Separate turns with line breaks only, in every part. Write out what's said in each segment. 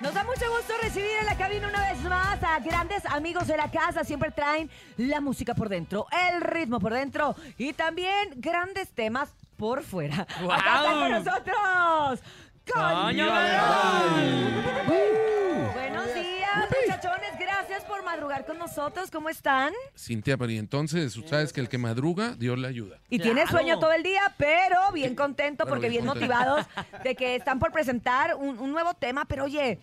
Nos da mucho gusto recibir en la cabina una vez más a grandes amigos de la casa. Siempre traen la música por dentro, el ritmo por dentro y también grandes temas por fuera.
¡Guau!
Acá están con nosotros.
Toño
Melón.
Melón.
Buenos días, muchachones. Gracias por madrugar con nosotros. ¿Cómo están?
Cintia, pero y entonces, tú sabes que el que madruga, Dios le ayuda.
Y tiene
Claro.
sueño todo el día, pero bien contento
Pero
porque bien,
bien contento.
motivados de que están por presentar un, un nuevo tema. Pero oye,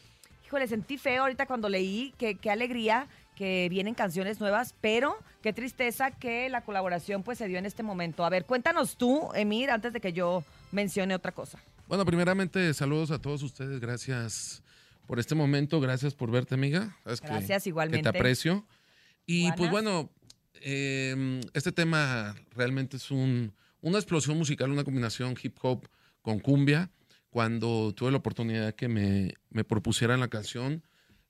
híjole, sentí feo ahorita cuando leí que qué alegría que vienen canciones nuevas, pero qué tristeza que la colaboración pues se dio en este momento. A ver, cuéntanos tú, Emir, antes de que yo mencione otra cosa.
Bueno, primeramente, saludos a todos ustedes. Gracias por este momento. Gracias por verte, amiga. Sabes que-
Gracias,
que
igualmente.
te aprecio. Y
Juana.
pues bueno, eh, este tema realmente es un- una explosión musical, una combinación hip hop con cumbia. Cuando tuve la oportunidad que me, me propusieran la canción,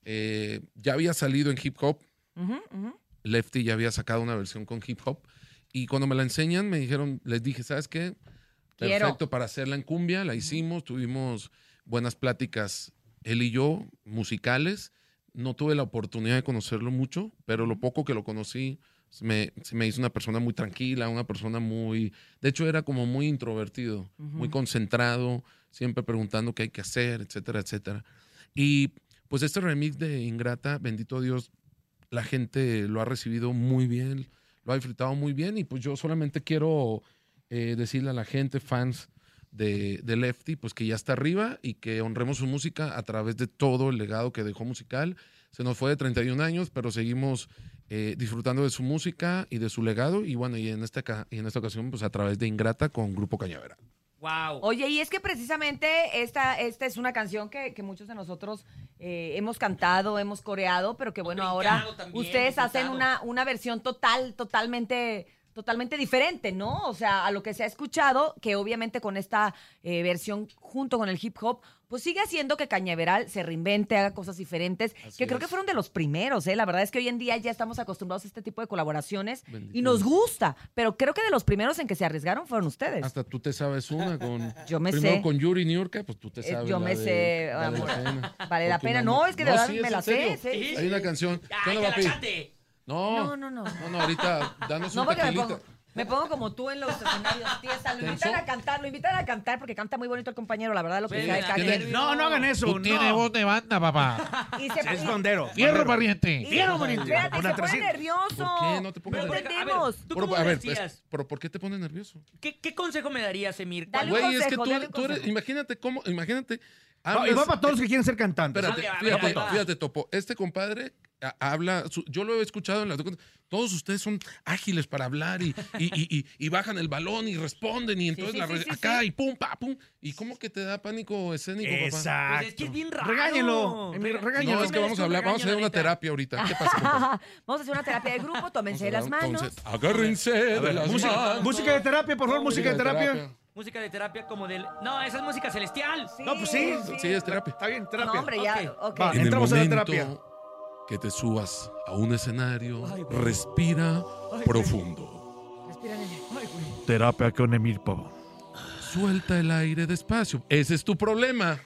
eh, ya había salido en hip hop,
Ujú, ujú.
Lefty ya había sacado una versión con hip hop. Y cuando me la enseñan, me dijeron, les dije, ¿sabes qué?
Quiero.
Perfecto para hacerla en cumbia, la hicimos, tuvimos buenas pláticas él y yo, musicales. No tuve la oportunidad de conocerlo mucho, pero lo poco que lo conocí se me, se me hizo una persona muy tranquila, una persona muy... De hecho, era como muy introvertido, muy concentrado, siempre preguntando qué hay que hacer, etcétera, etcétera. Y pues este remix de Ingrata, bendito Dios, la gente lo ha recibido muy bien, lo ha disfrutado muy bien y pues yo solamente quiero eh, decirle a la gente, fans de, de Lefty, pues que ya está arriba y que honremos su música a través de todo el legado que dejó musical. Se nos fue de 31 años, pero seguimos eh, disfrutando de su música y de su legado y bueno, y en, esta, ca- y en esta ocasión pues a través de Ingrata con Grupo Cañavera.
Wow.
Oye, y es que precisamente esta, esta es una canción que, que muchos de nosotros eh, hemos cantado, hemos coreado, pero que bueno, ahora
brincado también,
ustedes
hemos
hacen
saltado.
una, una versión total, totalmente, totalmente diferente, ¿no? O sea, a lo que se ha escuchado, que obviamente con esta eh, versión junto con el hip hop, pues sigue haciendo que Cañaveral se reinvente, haga cosas diferentes,
Así
que creo que
es.
fueron de los primeros, ¿eh? La verdad es que hoy en día ya estamos acostumbrados a este tipo de colaboraciones y
Bendito
nos
Dios.
gusta, pero creo que de los primeros en que se arriesgaron fueron ustedes.
Hasta tú te sabes una con...
Yo me
primero
sé.
con Yuri Niurka, pues tú te
Eh,
sabes.
yo
la
me
de
sé,
Vale
amor.
la pena.
Vale la
Porque
pena.
una
No,
mu-
es que de verdad
sí,
me
es
la
en
sé.
serio.
sí.
Sí.
Hay una canción.
Ya,
¿Qué
ya
onda,
la
papi?
chate.
No,
No, no, no.
No, no, ahorita danos
No,
un
porque me
tequilita.
pongo, me pongo como tú en los escenarios, tiesa. Lo invitan
¿Tenso?
a cantar, lo invitan a cantar porque canta muy bonito el compañero, la verdad, lo que
Sí,
sabe
la
cada
tiene-
quien.
No, no hagan eso.
Tú
no.
tienes voz de banda, papá.
Y se,
Es
y-
bandero.
Fierro,
bandero.
pariente.
y-
Fierro, pariente.
espérate,
Una
se pone
trescientos.
nervioso.
¿Por qué? No te pongas
No
nervioso.
entendemos.
¿Tú
Pero,
cómo
a
lo
ver,
decías?
es- pero ¿por qué te pones nervioso?
¿Qué, qué consejo me darías, Emir?
Dale un
Güey, es que
consejo,
tú,
dale un
tú eres,
consejo.
imagínate cómo, imagínate.
No,
hablas-
y va para todos los que quieren ser cantantes.
Pues,
Espérate,
A ver, a ver,
fíjate,
a ver, va.
fíjate, Topo. Este compadre a- habla, su- yo lo he escuchado en las docu- todos ustedes son ágiles para hablar y, y, y- y- y bajan el balón y responden y entonces
sí,
la
sí,
re-
sí,
acá y pum, pa, pum. ¿Y cómo que te da pánico escénico, papá?
Exacto.
Pues es que es bien raro.
Regáñelo. Emir,
Rega-
regáñalo.
No, es que vamos a hablar, vamos a hacer una terapia ahorita. ¿Qué pasa, compadre?
Vamos a hacer una terapia de grupo, tómense las
Vamos a hablar,
manos.
entonces, agárrense de las
música,
manos.
música de terapia, por favor, música de terapia.
Música de terapia como del... No, esa es música celestial.
No, pues sí.
Sí, es terapia.
Está bien,
No,
terapia.
hombre, ya.
Ok.
ok.
Va.
En el
Ah, Entramos a la
momento
terapia.
que te subas a un escenario, respira profundo.
Respira, nene.
Terapia con Emir Pavo.
Suelta el aire despacio. Ese es tu problema.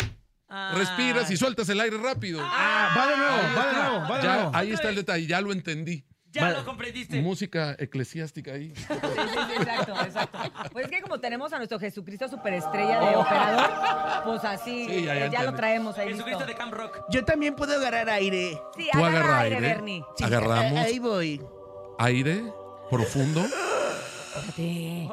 Ah.
Respiras y sueltas el aire rápido.
Ah, va de nuevo, va de nuevo, va de
Ya, ah,
nuevo.
ahí está el detalle, ya lo entendí.
Ya
Vale.
lo comprendiste.
Música eclesiástica ahí.
Sí, sí, sí, exacto, exacto. Pues es que como tenemos a nuestro Jesucristo superestrella de operador, pues así,
Sí, ya, ya
eh, ya lo
entendí.
traemos ahí.
Jesucristo de
listo.
Camp Rock.
Yo también puedo agarrar aire.
Sí, agarra aire, Bernie.
Sí,
Agarramos
a- Ahí voy.
aire profundo.
Espérate.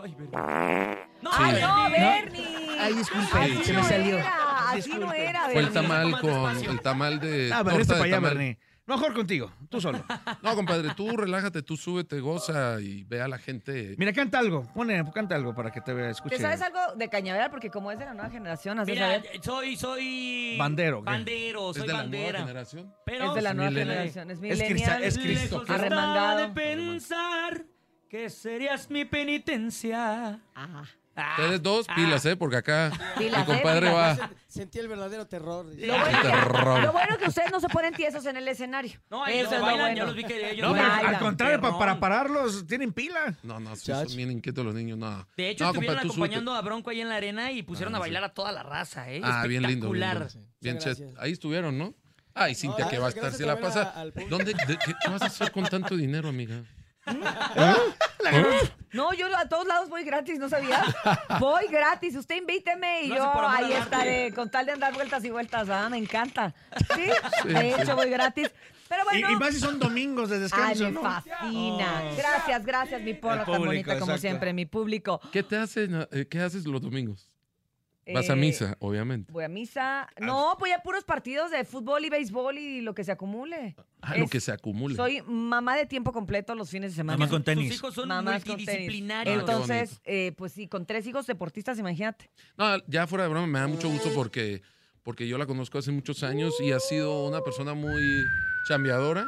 No,
¡Ay, no,
Bernie.
Bernie!
Ay, disculpe,
Así
se
no
me salió.
Era, así no
Disculpe.
era,
Fue el
Bernie.
tamal con el tamal de.
Ah,
torta
Bernie,
de
para allá,
tamal.
Bernie. Mejor contigo, tú solo.
No, compadre, tú relájate, tú súbete, goza y ve a la gente.
Mira, canta algo. Pone, canta algo para que te vea, escuche.
¿Te sabes algo de Cañaveral? Porque como es de la nueva generación, así
Mira,
saber.
soy, soy...
Bandero, ¿qué?
Bandero,
¿Es
soy
de la nueva
bandera.
generación?
Pero
Es de la nueva
millennial.
generación, es
Es
millennial.
cristal- es cristal. Cristo.
Lejos está
Arremangado.
de pensar que serías mi penitencia. Ah.
Ajá.
Ustedes dos pilas, ¿eh? Porque acá
Pilas,
mi compadre
¿eh?
va.
Sentí el verdadero terror.
Lo bueno,
Qué terror.
que, lo bueno que ustedes no se ponen tiesos en el escenario.
No, ellos
Eso es lo
bailan,
bueno.
yo los vi que ellos
No, pero
Bailan,
al contrario, pa-
perrón.
para pararlos tienen pila.
No, no, sí son
Chach.
bien inquietos los niños, no.
De hecho,
No,
estuvieron
compadre, tú súbete.
acompañando a Bronco ahí en la arena y pusieron a bailar a toda la raza, ¿eh?
Ah, bien lindo. Bien,
Espectacular.
lindo. Bien
Muchas
chet.
gracias.
Ahí estuvieron, ¿no? Ay, Cintia,
No,
que va a
gracias
estar si la
también a-
pasa.
al público.
¿Dónde, de- qué, qué vas a hacer con tanto dinero, amiga?
No, yo a todos lados voy gratis, ¿no sabía? Voy gratis, usted invíteme y
Lo
yo
hace por amor
ahí
al arte.
estaré, con tal de andar vueltas y vueltas, ah, me encanta. Sí,
Sí,
de
sí.
hecho voy gratis. Pero
Y,
bueno,
y más si son domingos de
ay,
descanso,
me
¿no?
fascina. Gracias, gracias, mi porra tan
público,
bonita como
exacto.
siempre, mi público.
¿Qué te hacen, eh, qué haces los domingos? Vas a
Eh,
misa, obviamente.
Voy a misa. No, voy a puros partidos de fútbol y béisbol y lo que se acumule.
Ah, lo
es-
que se acumule.
Soy mamá de tiempo completo los fines de semana.
Mamá con tenis.
Tus hijos son
Mamás con tenis.
multidisciplinarios.
Ah, qué bonito.
Entonces, eh, pues sí, con tres hijos deportistas, imagínate.
No, ya fuera de broma, me da mucho gusto porque, porque yo la conozco hace muchos años y ha sido una persona muy chambeadora.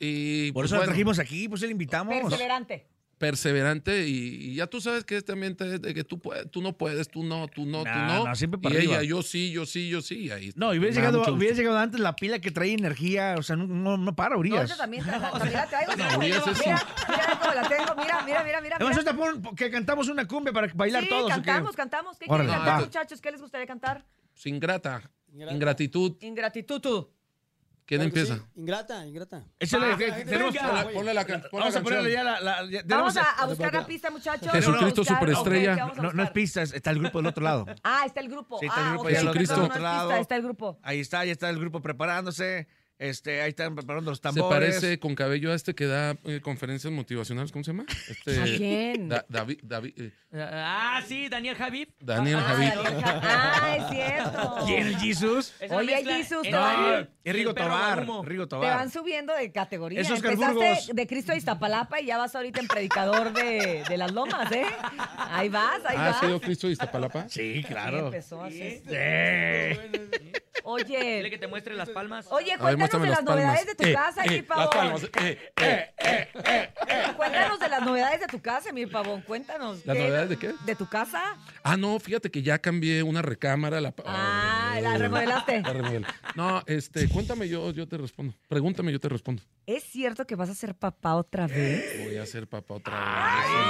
Y,
Por
pues,
eso la
bueno,
trajimos aquí, pues le invitamos.
Perseverante.
Perseverante y, y ya tú sabes que este ambiente es de que tú, puedes, tú no puedes, tú no, tú no,
Nah,
tú no.
no, siempre
y
para
ella,
arriba.
yo sí, yo sí, yo sí. y ahí está.
No, hubiera
Me da
llegado,
mucho
hubiera llegado antes la pila que trae energía, o sea, no, no, no para,
No,
Urias.
yo también tra- también la traigo.
No,
mira,
Urias es
mira,
un-
mira cómo la tengo. Mira, mira, mira, mira.
Además,
mira.
ahorita pon- que cantamos una cumbia para bailar
Sí,
todos. ¿o qué?
cantamos, cantamos. ¿Qué
Órale,
quieren cantar,
va.
muchachos? ¿Qué les gustaría cantar?
gusto. Ingrata.
Ingrata.
Ingratitud.
Ingratitud. tú.
¿Quién
Claro que
empieza?
sí. Ingrata, ingrata.
Esa es la
Ah,
que-
venga,
tenemos-
venga.
Ponla- ponle la, can- ponle
Vamos
la
a ponerle
canción.
ya la. la- ya tenemos-
Vamos a, a buscar
espérate.
la pista, muchachos.
Jesucristo
Vamos a buscar-
superestrella.
Ok, ¿qué vamos a
No, no es
buscar?
pista, es- está el grupo del otro lado.
Ah, está el grupo.
Sí, está el
ah,
grupo
ok,
ya del
perdón,
otro
no es
lado.
pista, está el grupo.
Ahí está, ya está el grupo preparándose. Este, ahí están preparando los
Se
tambores.
parece con cabello a este que da eh, conferencias motivacionales, ¿cómo se llama? Este,
¿A quién?
Da- David, David, eh,
Ah, sí, Daniel Javid.
Daniel
Ah,
Javid.
Daniel Javid. Ah, es cierto.
¿Y el Jesus?
Es una
Oye,
Ah, mezcla
Jesus,
entre
no,
Daniel y
Es
el
Rigo
perro
Tobar.
Guarumo.
Rigo
Te van
Tobar.
subiendo de categoría.
Es Oscar
Empezaste
Burgos.
de Cristo de Iztapalapa y ya vas ahorita en predicador de, de las lomas, ¿eh? Ahí vas, ahí
Ah,
vas.
¿sí dio Cristo de Iztapalapa?
Sí,
Sí, pues.
claro.
empezó así.
Eh.
Sí.
Dile que
Oye,
te muestre las palmas.
oye,
A ver,
cuéntanos
muéstrame
de las
las palmas.
novedades de tu
Eh,
casa,
eh,
Emir
Las
Pavón.
palmas. eh, eh, eh.
Cuéntanos de las novedades de tu casa, Emir Pavón. Cuéntanos.
¿Las
¿Qué-
novedades de qué?
¿De tu casa?
Ah, no, fíjate que ya cambié una recámara. La, pa-
Ah, la
Ay,
remodelaste.
la remodelé. No, este, cuéntame yo, yo te respondo. Pregúntame, yo te respondo.
¿Es cierto que vas a ser papá otra vez?
Voy a ser papá otra vez.
¡Qué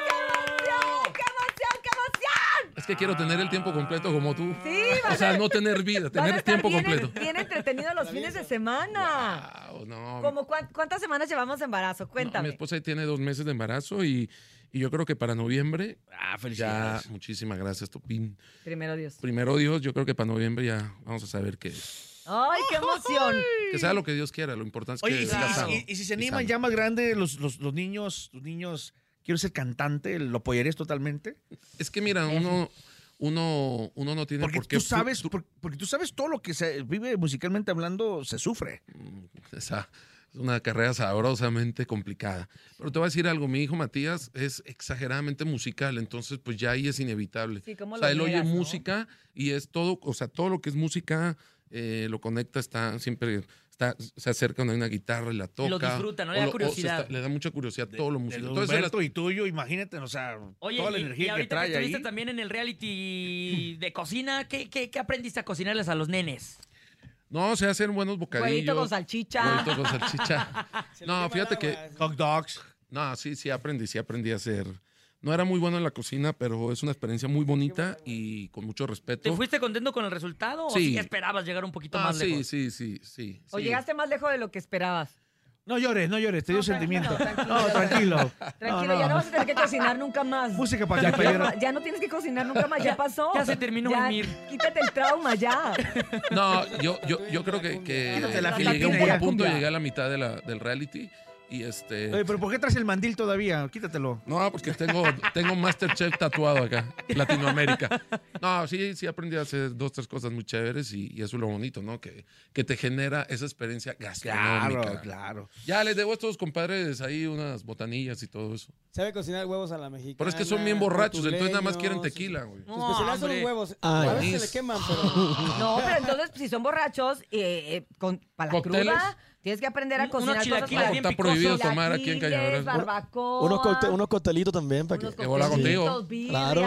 emoción, qué emoción!
Es que quiero tener el tiempo completo como tú.
Sí, vas
Ah, O
a-
sea, no tener vida,
Van a
tener
estar
tiempo
bien,
completo.
Bien entretenido los fines de semana.
Wow, no.
Como cuán- ¿Cuántas semanas llevamos de embarazo?
No, mi
Cuéntame.
esposa tiene dos meses de embarazo y, y yo creo que para noviembre.
Ah,
Ya,
felicidades.
muchísimas gracias, Topín.
Primero Dios.
Primero Dios, yo creo que para noviembre ya vamos a saber que,
¡Ay, qué emoción!
que sea lo que Dios quiera. Lo importante es que
Oye, y si,
estés
y si-
casado
y si se
y
animan
sano.
ya más grandes los, los, los niños, los niños, quiero ser cantante, ¿lo apoyarías totalmente?
Es que mira, uno, uno, uno no tiene
Porque
por qué.
tú sabes,
fu-
por- porque tú sabes todo lo que se vive musicalmente hablando, se sufre.
Esa- es una carrera sabrosamente complicada. Pero te voy a decir algo, mi hijo Matías es exageradamente musical, entonces pues ya ahí es inevitable.
Sí, ¿cómo
o
lo
sea, él oye
niegas, no?
música y es todo, o sea, todo lo que es música eh, lo conecta, está siempre, está, se acerca a una guitarra y la toca.
disfruta, ¿no? Le
o
da
lo- o se
curiosidad.
está- le da mucha curiosidad todo lo
De
musical. Entonces,
Humberto y tuyo, imagínate, o sea,
Oye,
toda la
y- y
energía que
ahorita
trae ahí.
estuviste también en el reality de cocina, ¿qué, qué, qué aprendiste a cocinarles a los nenes?
no, se hacen buenos bocadillos.
Huevito con salchicha.
huevito con salchicha.
Se le
no,
quema el
fíjate que
agua.
Hot dogs.
No, sí, sí aprendí, sí aprendí a hacer. No era muy bueno en la cocina, pero es una experiencia muy bonita y con mucho respeto.
¿Te fuiste contento con el resultado o
Sí.
sí esperabas llegar un poquito
Ah,
más
sí,
lejos?
sí, sí, sí,
O
sí.
llegaste más lejos de lo que esperabas.
No llores, no llores, te dio
No, tranquilo,
sentimiento.
tranquilo,
no, Pues, tranquilo.
Tranquilo, ya no vas a tener que cocinar nunca más.
Música para
Ya,
que te
no- ya no tienes que cocinar nunca más, ya pasó.
ya se terminó,
Ya,
Emir.
Quítate el trauma ya.
No, yo, yo, yo creo que, que,
Quítate la
que llegué a un
gelatina
buen
ya,
punto,
cumbia.
llegué a la mitad de la- del reality y este...
Oye, pero ¿por qué traes el mandil todavía? Quítatelo.
No, porque tengo, tengo Masterchef tatuado acá, Latinoamérica. No, sí, sí aprendí a hacer dos, tres cosas muy chéveres y, y eso es lo bonito, ¿no? Que, que te genera esa experiencia gastronómica.
Claro, claro.
Ya les debo a estos compadres ahí unas botanillas y todo eso.
Sabe cocinar huevos a la mexicana.
Pero es que son bien borrachos, entonces nada más quieren
portuleños.
tequila, güey.
Su especialidad son los
hombre.
huevos.
Ay.
a veces se le
Anís.
queman, pero.
No, pero entonces, si son borrachos, eh, eh, con, para la
¿Cócteles?
cruda, Tienes que aprender a
Un-
cocinar
unos
cosas
chilaquiles
para-
bien
Está prohibido
picosos.
tomar aquí en Cañaveral.
barbacoa,
Unos, cocte- unos coctelitos también para
unos
que.
Que bola
coctelitos,
contigo.
birria,
Claro.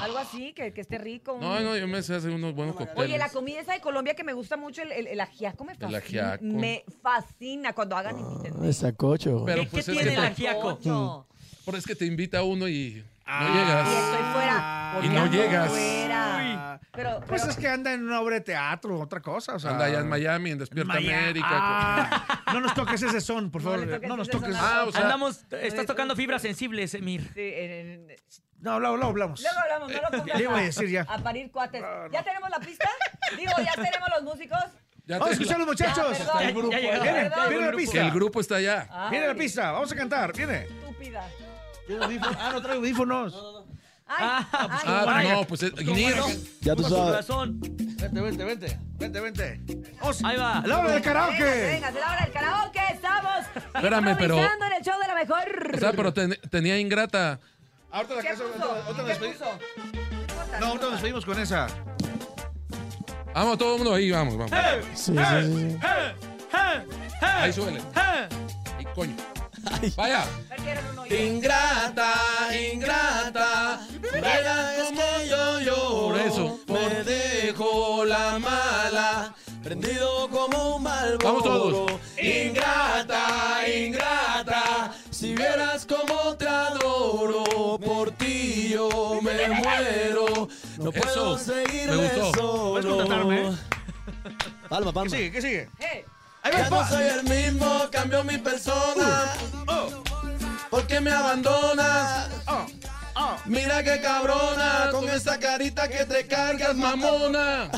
algo así, que, que esté rico. un-
No, no, yo me sé hacer unos buenos cócteles.
Oye, la comida esa de Colombia que me gusta mucho, el, el, el ajiaco me fascina.
ajiaco.
Me fascina cuando hagan inviten.
Ah, sacocho.
Pero
¿Qué-
pues
qué
es
tiene
que
el
te-
ajiaco?
Coño.
Pero es que te invita uno y
Ah,
no
Y
llegas.
estoy fuera. porque
Ah. Y no
ando
llegas.
fuera. Pero,
Pues
pero-
es que anda en una obra de teatro, otra cosa. O sea,
Anda
Ah.
allá en Miami, en
en
Despierta
Maya-
América.
Ah, no nos toques ese son, por
No
favor.
le
No,
toques
nos
ese
toques.
son a-
Ah, o sea-
Andamos, estás tocando fibras sensibles, Emir.
Sí, en- en-
No, luego, luego hablamos.
Luego hablamos, no lo pongas
le iba a
a-
decir ya.
A parir cuates. ¿Ya tenemos la pista? Digo, ¿ya tenemos los músicos?
Ya
Oh,
Vamos a
te-
escuchar a los muchachos.
perdón. Ya- ya
llegaron,
ya
Viene,
llegó
viene
el
la
grupo.
que
pista.
el grupo está allá.
Ah,
Ay,
Viene la pista, vamos a cantar, viene.
Estúpida.
Ah, no traigo audífonos.
Ay,
Ah, pues,
ay,
Ah,
Vaya.
no, pues es-
¿Cómo
ni-
no?
Ya tú
Con su
sabes.
razón.
Vente, vente, vente. Vente, vente. Vamos.
Ahí va.
La hora del karaoke.
Venga, venga, es la hora del karaoke. Estamos
Espérame, pero-
improvisando en el show de la mejor.
O sea, pero ten- tenía ingrata.
Ah, Ahorita la
¿Qué
casa,
puso?
otra, otra
¿Qué
despedi-
puso?
No, ahorita nos despedimos con esa.
Vamos, todo el mundo ahí, vamos, vamos.
Sí, sí, sí, sí.
Ahí súbele. Ahí, coño. Vaya.
Perdieron uno y-
Ingrata, ingrata, verás como yo lloro.
Por eso, por-
Oh, Me dejo la mala, prendido como un malboro.
Vamos todos.
Ingrata, ingrata, si vieras como te adoro. Por ti yo me muero, no puedo
Eso,
seguir
me gustó.
¿Puedes
solo.
contratarme?
Palma,
¿Qué
palma.
sigue? ¿Qué sigue?
Eh,
Ahí va, oh,
Ya no
pa-
soy el mismo, cambió mi persona.
Oh,
Porque me abandonas?
oh, oh.
Mira qué cabrona, con esa carita que te cargas, mamón.
Mamona.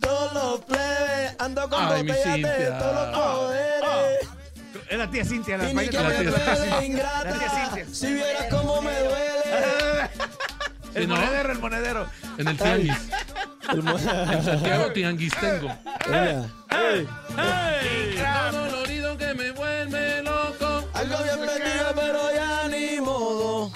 Todos los plebes, ando con
Ay, mi
botellas de
Cintia.
todos los
oh. Ah.
poderes.
Es la tía Cintia, la
Y ni que
española.
me
tía
duele,
La
ingrata.
tía Cintia.
Si vieras cómo me duele.
¿Sí,
El
no?
monedero, el monedero.
En el tianguis. En Santiago Tianguis tengo. Todo dolorido que me vuelve loco.
Algo bien perdido, pero ya ni modo.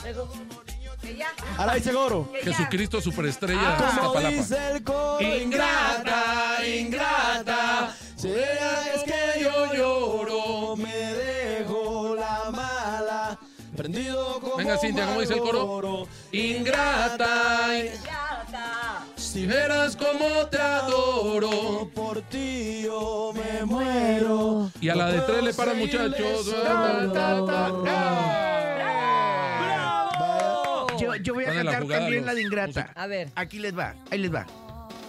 que ya,
Ahora dice coro.
que ya.
Jesucristo superestrella de
Ah, Como
Iztapalapa.
dice el coro, ingrata, ingrata. Si vieras es que yo lloro, me dejo la mala. Prendido como
Venga, Cintia, ¿cómo dice el coro?
malboro.
Ingrata.
Ya está.
Si verás cómo te adoro.
Por ti yo me muero.
Y a la de
No
tres le
puedo
paran,
seguirle
muchachos.
solo.
Yo, yo voy a
Ponle la
cantar
jugada a
también
los
la de Ingrata.
A ver,
Aquí les va, ahí les va.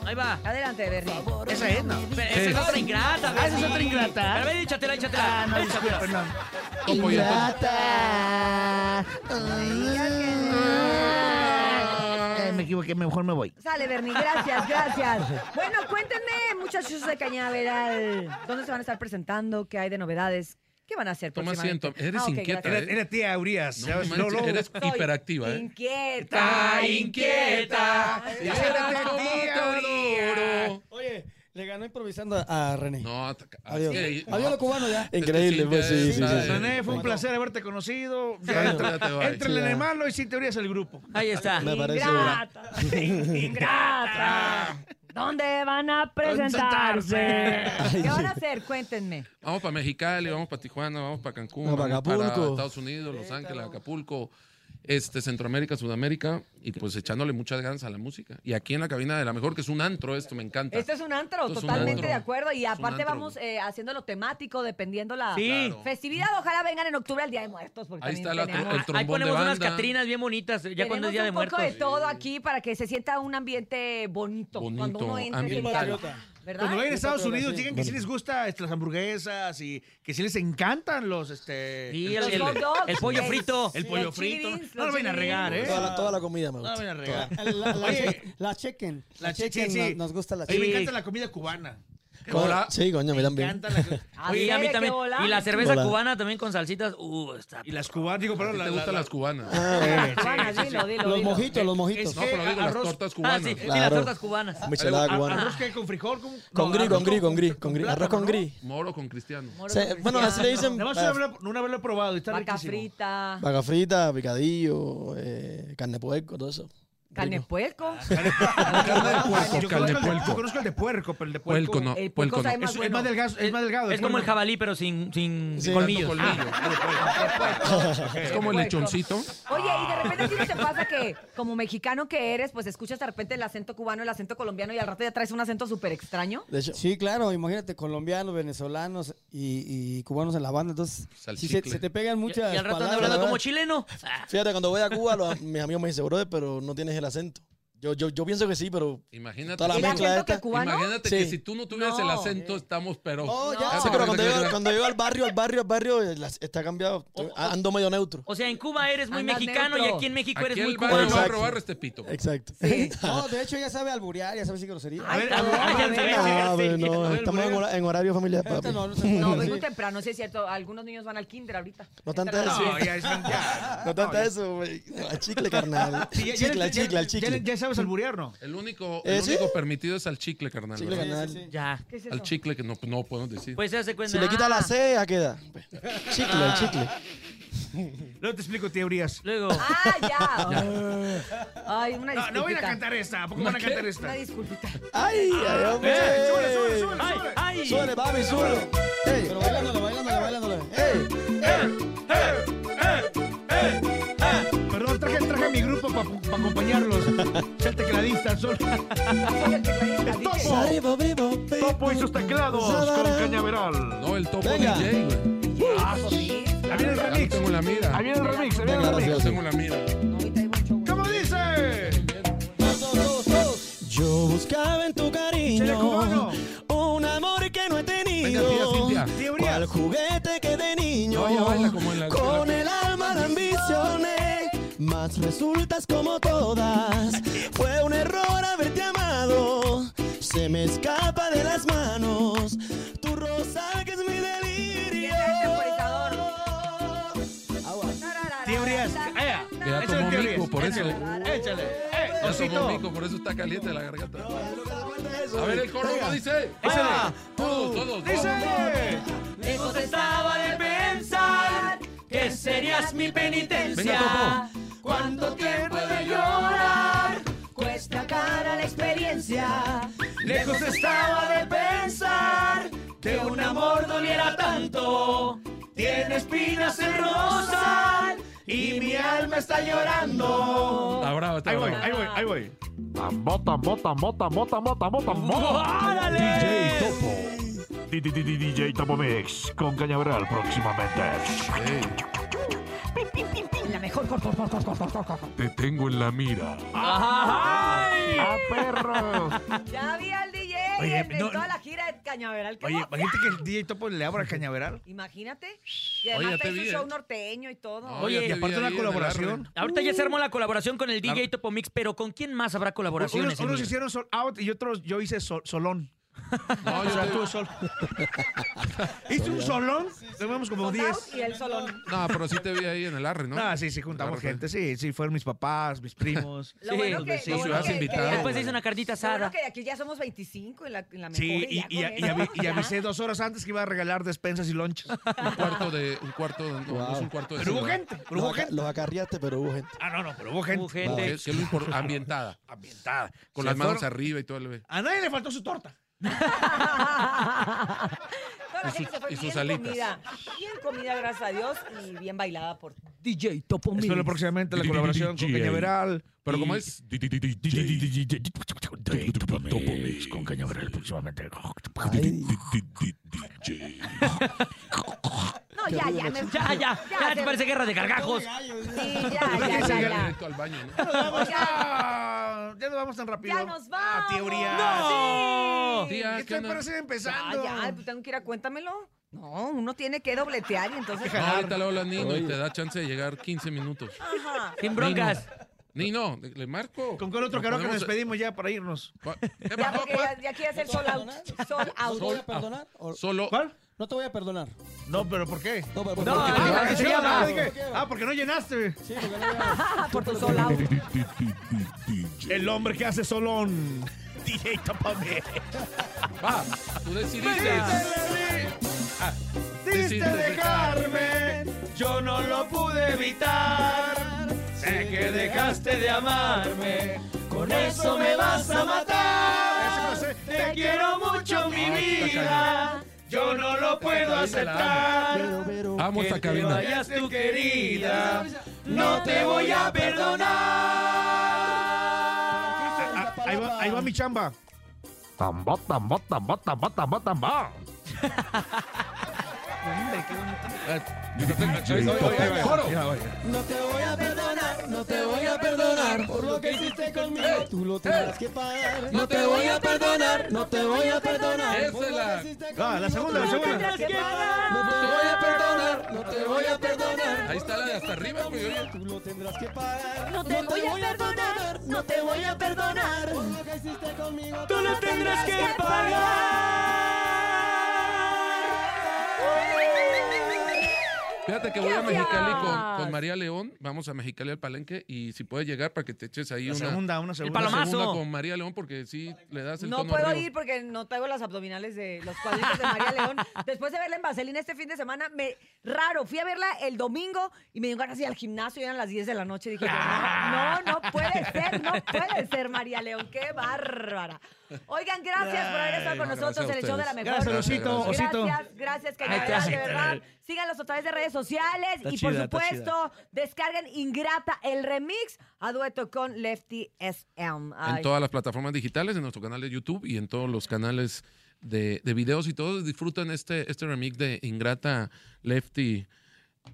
Ahí va.
adelante, Berry.
Esa es, ¿no?
Pero esa es otra ingrata.
Ah, esa es
Betty.
otra ingrata.
Pero ven, échatela, échatela. pues.
Ah, no, disculpa, perdón.
Con polletos.
Eh, me equivoqué, mejor me voy.
Sale, Berni, gracias, gracias. Bueno, cuéntenme, muchachos de Cañaveral, ¿dónde se van a estar presentando? ¿Qué hay de novedades? ¿Qué van a hacer
Toma
próximamente? Ah,
asiento. Eres
ok,
inquieta,
gracias.
Era,
¿eh?
era tía Urias,
No
¿sabes?
manches,
Luego, luego.
eres
Soy
hiperactiva, ¿eh?
Inquieta,
inquieta.
Y verás cómo te adoro.
Oye, le ganó improvisando a, a René.
No, ataca-
Adiós.
Ey, no.
Adiós lo cubano ya.
Es que
Increíble, pues
Cintia
sí,
es
sí, sí.
una-
sí.
René, fue un placer haberte conocido.
Ya
Ya entra,
te va.
entra en
Sí,
el
ya.
malo y sin teorías el grupo.
Ahí está.
Me parece.
Ingrata. Ingrata. ¿Dónde van a presentarse? ¿Qué van a hacer? Cuéntenme.
Vamos para Mexicali, vamos para Tijuana, vamos para Cancún,
Vamos pa'
vamos para
Acapulco.
Estados Unidos, Los Ángeles, Acapulco, este, Centroamérica, Sudamérica, y pues echándole muchas ganas a la música. Y aquí en la cabina de la mejor, que es un antro, esto me encanta.
Esto es un antro,
Esto es un
totalmente
antro.
de acuerdo. Y
Es un
aparte
antro.
vamos eh, haciéndolo temático, dependiendo la
Sí.
Claro.
festividad. Ojalá vengan en octubre al Día de Muertos. Porque
Ahí
también
está la
tenemos-
el
Ah, Ahí
trombón
ponemos
de
unas
banda.
catrinas bien bonitas. Ya cuando
Tenemos
es día de
un poco
muertos.
de todo aquí para que se sienta un ambiente bonito, cuando
Bonito,
uno entra. en el
ambiental.
teatro, ¿Verdad?
Cuando vayan Pues a Estados
patrona,
Unidos,
sí.
digan que sí les gusta este, las hamburguesas y que sí les encantan los... este
Sí, el,
Los
el-
hot dogs,
el pollo
el-
frito.
El
Sí,
pollo
los
frito.
chili
no lo vayan a
beans, los
regar,
chili
¿eh?
Toda la, toda la comida me
No lo
gusta.
vayan a regar.
La, la, la-
Oye.
la chicken. La,
La
chicken,
chicken, sí.
no- nos gusta la
Oye,
chicken.
me encanta la comida cubana.
Hola.
Sí, coño, a mí
Me
también.
encanta la...
A
Oye, y a
ver,
mí
qué
también.
volá.
Y la cerveza
Hola.
cubana también con salsitas. Uh, está.
Y las cubanas, digo,
¿A
perdón.
ti
la-
te
la-
gustan
la-
las cubanas?
¿eh?
Cubana, dilo, dilo,
Los
dilo.
mojitos, los mojitos.
Es
no,
que
pero digo las
arroz-
tortas
Ah,
cubanas.
sí. Y las
Claro.
tortas cubanas.
Michelada
Ar-
cubana.
Arroz que hay con frijol. Con,
Con
no,
gris,
arroz
con gris, con gris, con gris.
plátano,
Arroz con
¿no?
gris.
Moro con cristiano.
Moros
Se-
con
bueno,
cristiano,
así le dicen
Además,
eh,
una, vez lo- una vez lo he probado y está
Vaca
riquísimo.
frita.
vaca frita, picadillo, eh, carne de puerco, todo eso.
Ah,
Canepuelco.
Carne de puerco,
Yo
carne de
conozco el de- yo
puerco.
conozco el de puerco, pero el de puerco.
Puelco no,
El puerco
puelco no.
sabe más
Es, es
bueno.
más delgado, es, más delgado.
Es como el
puerco.
jabalí, pero sin, sin
Sí,
colmillos. Ah,
Colmillo, Es como el
Puerco.
lechoncito.
Oye, y de repente si no te pasa que como mexicano que eres, pues escuchas de repente el acento cubano, el acento colombiano y al rato ya traes un acento súper extraño.
De hecho, sí, claro, imagínate, colombianos, venezolanos y, y cubanos en la banda, entonces
Pues,
sí, se,
salchicle.
se te pegan
Y,
muchas
y al rato anda
palabras,
hablando
¿verdad?
como chileno. Ah,
Fíjate, cuando voy a Cuba, los- mis amigos me dicen, brother, pero no tienes el acento. Yo, yo, yo pienso que sí, pero.
Imagínate,
Toda la
¿El
mezcla
acento
esta.
que cubano?
imagínate
Sí.
que si tú no tuvieras el
No.
acento, estamos pero...
No,
No.
ya sé, pero cuando llego, cuando llego al barrio, al barrio, al barrio, eh, las- está cambiado.
O- o-
Ando medio neutro.
O sea, en Cuba eres muy
Andas
mexicano
neutro.
y aquí en México
Aquí
eres muy
el barrio
cubano.
va a
Exacto.
robar este pito.
Exacto.
Sí.
No, de hecho ya sabe alburear, ya sabe decir grosería.
Ay,
Ah,
cabrón,
ah,
a
ya
ver.
sabes.
Ah,
Sí,
pero
sí,
no, estamos en, hora- en horario familiar, papi.
Ahorita no, no se puede
No,
decir.
vengo temprano, sí es cierto. Algunos niños van al kinder ahorita.
No tanto
Entran a-
eso.
No, ya es ya.
No tanto eso, güey. Al chicle, carnal.
Sí, ya- ya-
Chicle, al
ya-
chicle, al
ya-
chicle.
Ya sabes alburear, ¿no?
El único,
Eh,
el
sí.
único permitido es al chicle, carnal.
Chicle,
¿verdad?
carnal.
Sí, sí, sí.
Ya.
¿Qué es eso?
Al chicle, que no, no podemos decir.
Pues se hace cuenta.
Si le quita
ah,
la C, ya queda. Chicle, al chicle.
Luego te explico teorías.
Luego.
Ah, ya. Ay, una
No,
disculpita.
no voy a cantar esta. ¿A poco van a cantar esta?
Una disculpita.
¡Ay, ay, hombre!
¡Eh! ¡Súbele, súbele, súbele!
¡Ay! ¡Ay!
¡Súbele, papi, súbele! ¡Ey!
Pero bailándolo, bailándolo, bailándolo.
¡Ey!
Perdón, traje, traje a mi grupo para acompañarlos. Es el tecladista, solo.
Soy el tecladista, DJ.
Topo.
Arriba, arriba, arriba.
Topo y sus teclados con cañaveral.
No, el topo
Venga.
DJ, güey.
Ahí viene el
Ya no
remix.
tengo la mira.
Ahí viene el remix, ahí viene el
Ya
remix.
no tengo la mira.
No, ahorita hay mucho güey.
¿Cómo dice?
Yo buscaba en tu
Chile
cariño
cubano.
un amor que no he
Venga, tía
tenido.
Cintia.
Teorías.
Cual juguete que de niño
No, ya baila como en la-
con el alma de ambiciones, más resultas como todas. Fue un error haberte amado, se me escapa de las manos tu rosa que es mi delirio.
Tiene temporizador.
Agua.
Teorías. Ea,
Ya
échale
tomó mico,
teorías.
por eso.
Échale. Eh,
Ya tomó
osito.
mico, por eso está caliente la garganta. A
A
ver el coro, ¿cómo dice? Ah,
Échale.
Todos, todos.
Dice.
Lejos estaba de pensar que serías mi penitencia.
Venga,
¿Cuánto tiempo he de llorar? Cuesta cara la experiencia. Lejos estaba de pensar que un amor doliera tanto. Tiene espinas el rosal y mi alma está llorando.
Está bravo, está
Ahí voy,
bravo.
ahí voy, ahí voy.
Mota, mota, mota, mota, mota, mota,
¡Órale!
DJ Topo. Di- di- di- di- DJ Topo Mix con Cañaveral próximamente.
La mejor cor- cor- cor- cor- cor- cor- cor-
Te tengo en la mira.
¡Ay!
¡A perros!
Ya vi al DJ
Oye,
en, en
no,
toda
no.
la gira de Cañaveral. ¡Qué
Oye,
emoción!
imagínate que el DJ Topo le abra cañaveral.
Imagínate. Y además
Oye, te
trae su
vi,
show
eh.
norteño y todo.
No,
Oye,
ya
Y
te vi
aparte
ahí
una
en el
colaboración.
Ahorita ya se armó la colaboración con el DJ Topo Mix, pero ¿con quién más habrá colaboraciones?
Unos, unos
Emilio?
hicieron sol out y otros yo hice sol- solón.
arre. No, yo te-
sol. ¿Hice un solón? Tenemos como
Sold
10.
out Y el solón.
No, pero sí te vi ahí en el arre, ¿no?
Ah, sí, sí, juntamos
Arre.
gente. Sí, sí, fueron mis papás, mis primos.
Lo
Sí,
bueno
los
que, lo
vecinos.
bueno
Los
que, que
invitados.
ya-
Después se hizo una carnita
lo bueno
asada.
que de aquí ya somos 25 en la, en la mejor.
Sí, y,
ya
y-
con
y avi-
eso,
y
ya.
avisé dos horas antes que iba a regalar despensas y lonchas.
Un cuarto de. Un cuarto de. No, no es un cuarto de.
Pero hubo
ciudad.
gente, pero
Los,
hubo
aca-
gente.
los acarriaste, pero hubo gente.
Ah, no, no, pero hubo
Hubo
gente.
gente.
Que es lo impor- ambientada.
Ambientada.
Con
Se
las manos
fueron-
arriba y todo el.
A nadie le faltó su torta.
Toda la gente se fue
y sus
bien
alitas.
comida. Bien comida, gracias a Dios, y bien bailada por
DJ Topo
Espero próximamente la colaboración con Cañaveral.
Pero
y-
como es.
Topo Mix con Cañaveral próximamente.
Ay,
No, ya, ya, me-
Ya, ya, ya, te
se-
parece guerra de cargajos.
Sí, ya, ya, ya, ya.
Directo al baño, ¿no?
Ah, pues ya nos vamos tan rápido.
Ya nos
Ah,
vamos.
teoría.
¡No! Sí.
Tía, ah, ¿qué
Estoy
onda?
para seguir
Ya,
empezando.
ya, pues tengo que ir a cuéntamelo. No, uno tiene que dobletear y entonces.
No, ahorita le habla a Nino y te da chance de llegar 15 minutos.
Ajá.
Sin broncas.
Nino, le marco.
¿Con cuál otro
Nos
caro que nos eh,
ponemos-
despedimos ya para irnos?
Va- ¿Qué
Ya,
pasó?
porque ya, ya quiere hacer sol out. Sol
¿No te voy
out.
a perdonar? ¿O-
Solo.
¿Cuál?
No te voy a perdonar.
No, pero ¿por qué?
No, pero porque-
No, no,
Ah,
no,
porque
se
no,
llama.
no, dije, ah, porque no llenaste.
Sí, porque no había-
Ah, por tu sol out.
El hombre que hace solón. DJ Tapame.
Va, tú decidiste.
Diste dejarme, yo no lo pude evitar.
Sé que dejaste de amarme, con eso me vas a matar. Te quiero mucho, mi vida, yo no lo puedo aceptar.
Amo
Que
esta
te
cabina.
vayas tú, querida, no te voy a perdonar.
Ah, ahí, va, ahí va mi chamba.
Tambá, tambá, tambá, tambá, tambá, tambá.
Eh,
No te voy a perdonar, no te voy a perdonar por lo que hiciste conmigo. Tú lo tendrás que pagar. No te voy a perdonar, no te voy a perdonar. por lo que hiciste
Ah, la segunda, la segunda.
Tendrás que pagar.
No te voy a perdonar, no te voy a perdonar.
Ahí está la de hasta arriba, güey. oye.
Tú lo tendrás que pagar.
No te voy a perdonar, no te voy a perdonar.
Por lo que hiciste conmigo.
Tú lo tendrás que pagar.
Fíjate que voy a
Gracias.
Mexicali con, con María León. Vamos a Mexicali al Palenque y si puedes llegar para que te eches ahí
La
una,
segunda, una segunda.
una
palomazo.
segunda con María León porque sí le das el
No
tono
puedo
arriba.
ir porque no traigo las abdominales de los cuadritos de María León. Después de verla en Vaselina este fin de semana, me raro. Fui a verla el domingo y me dio ganas de ir al gimnasio y eran las 10 de la noche. Dije, no, no, no puede ser, no puede ser, María León. Qué bárbara. Oigan, gracias por haber estado con
Gracias a
nosotros en el show de la
ustedes.
mejor.
Gracias,
Osito,
Gracias,
Osito.
Gracias, gracias,
Ahí
Cañaveral,
te
de
vas a
verdad.
enterar.
Síganos a través de redes sociales
Está
y, por
chida, está
supuesto, descarguen Ingrata, el remix a dueto con Lefty SM.
en
Ay,
todas las plataformas digitales, en nuestro canal de YouTube y en todos los canales de, de videos y todos disfrutan este, este remix de Ingrata, Lefty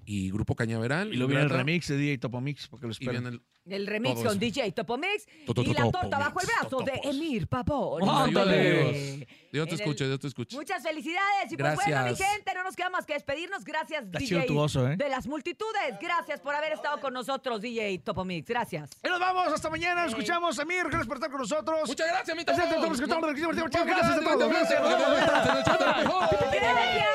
y Grupo Cañaveral.
Y lo viene el
Ingrata,
remix de DJ Topomix porque lo
Y viene
esperan.
el,
El remix
Todo
con
eso.
DJ Topo Mix
To- to-
y la
Topo
torta bajo el
Mix,
brazo de
Totopos.
Emir Pavón.
Ándale. Dios te
En el-
escuche, Dios te escuche.
Muchas felicidades. Y pues bueno, mi
Gracias.
gente, no nos queda más que despedirnos. Gracias,
Está
DJ.
chido tu oso, ¿eh?
De las multitudes. Gracias por haber estado con nosotros, DJ Topo Mix. Gracias.
Y nos vamos, hasta mañana. Escuchamos a Mir, gracias por estar con nosotros.
Muchas gracias, mi
Gracias a
Topo.
todos los que estamos aquí, Gracias a todos.
Gracias, gracias, gracias.
Gracias,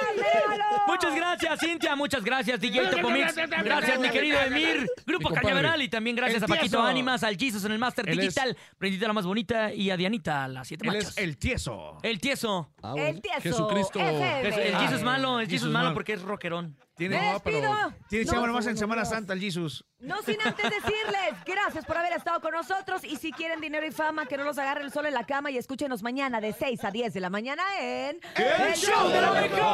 Lalo.
Muchas gracias, Cintia. Muchas gracias, DJ Topomix. Gracias, mi querido Emir. Grupo
Mi compadre.
Cañaveral. Y también gracias a
El
Paquito
tieso.
Ánimas, al Jesus en el Master
Él es-
Digital, Prendita la más bonita, y a Dianita, las siete
Él
machas.
es el tieso.
El tieso.
El tieso.
Jesucristo.
FM.
El el Jesus malo, el
Jesus
Jesus malo
malo.
porque es rockerón.
Me
Tiene,
No, pero-
despido.
tiene
No,
chamba nomás en Semana Santa el Jesus.
No sin antes decirles gracias por haber estado con nosotros y si quieren dinero y fama, que no los agarre el sol en la cama y escúchenos mañana de 6 a 10 de la mañana en...
¡El show de la mejor!